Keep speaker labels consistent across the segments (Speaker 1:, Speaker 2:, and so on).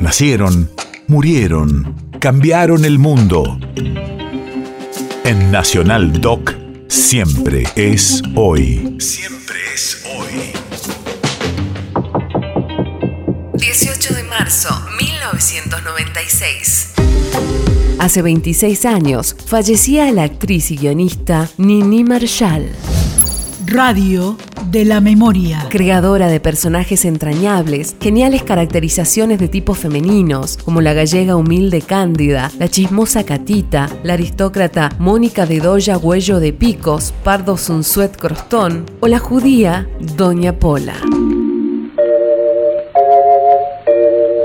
Speaker 1: Nacieron, murieron, cambiaron el mundo. En Nacional Doc, siempre es hoy. Siempre es hoy.
Speaker 2: 18 de marzo 1996. Hace 26 años fallecía la actriz y guionista Nini Marshall,
Speaker 3: Radio de la Memoria.
Speaker 2: creadora de personajes entrañables, geniales caracterizaciones de tipos femeninos, como la gallega humilde Cándida, la chismosa Catita, la aristócrata Mónica Bedoya Huello de Picos, Pardo Sunsuet Crostón, o la judía Doña Pola.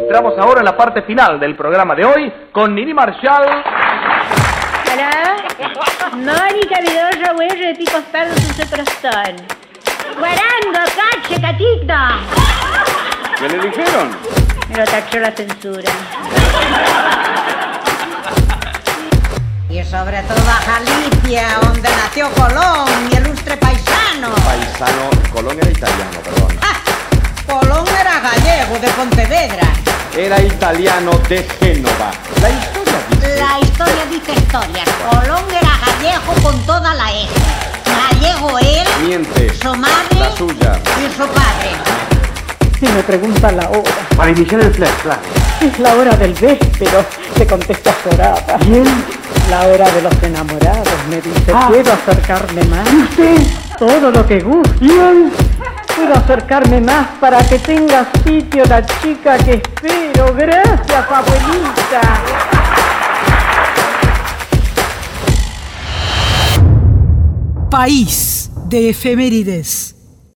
Speaker 4: Entramos ahora en la parte final del programa de hoy con Nini Marshall.
Speaker 5: Pará. Mónica Bedoya, huello de picos pardos, un setrostón. Guarango, cache, catito.
Speaker 4: ¿Qué le dijeron?
Speaker 5: Me lo tachó la censura.
Speaker 6: Y sobre todo Baja Lidia, donde nació Colón, mi ilustre paisano.
Speaker 7: Paisano, Colón era italiano, perdón.
Speaker 6: Ah, Colón era gallego de Pontevedra.
Speaker 7: Era italiano de Génova. La historia dice...
Speaker 6: La historia dice historia. Colón era gallego con toda la E. Gallego él,
Speaker 7: Miente.
Speaker 6: su madre
Speaker 7: La suya.
Speaker 6: y su padre.
Speaker 8: Si me pregunta la hora,
Speaker 4: Para iniciar el flash, claro.
Speaker 8: es la hora del véspero, te contesta Sorada. La hora de los enamorados, me dice.
Speaker 4: Ah.
Speaker 8: ¿Puedo acercarme más? Sí, todo lo que guste. Puedo acercarme más para que tenga sitio la chica que espero. Gracias, abuelita.
Speaker 3: País de efemérides.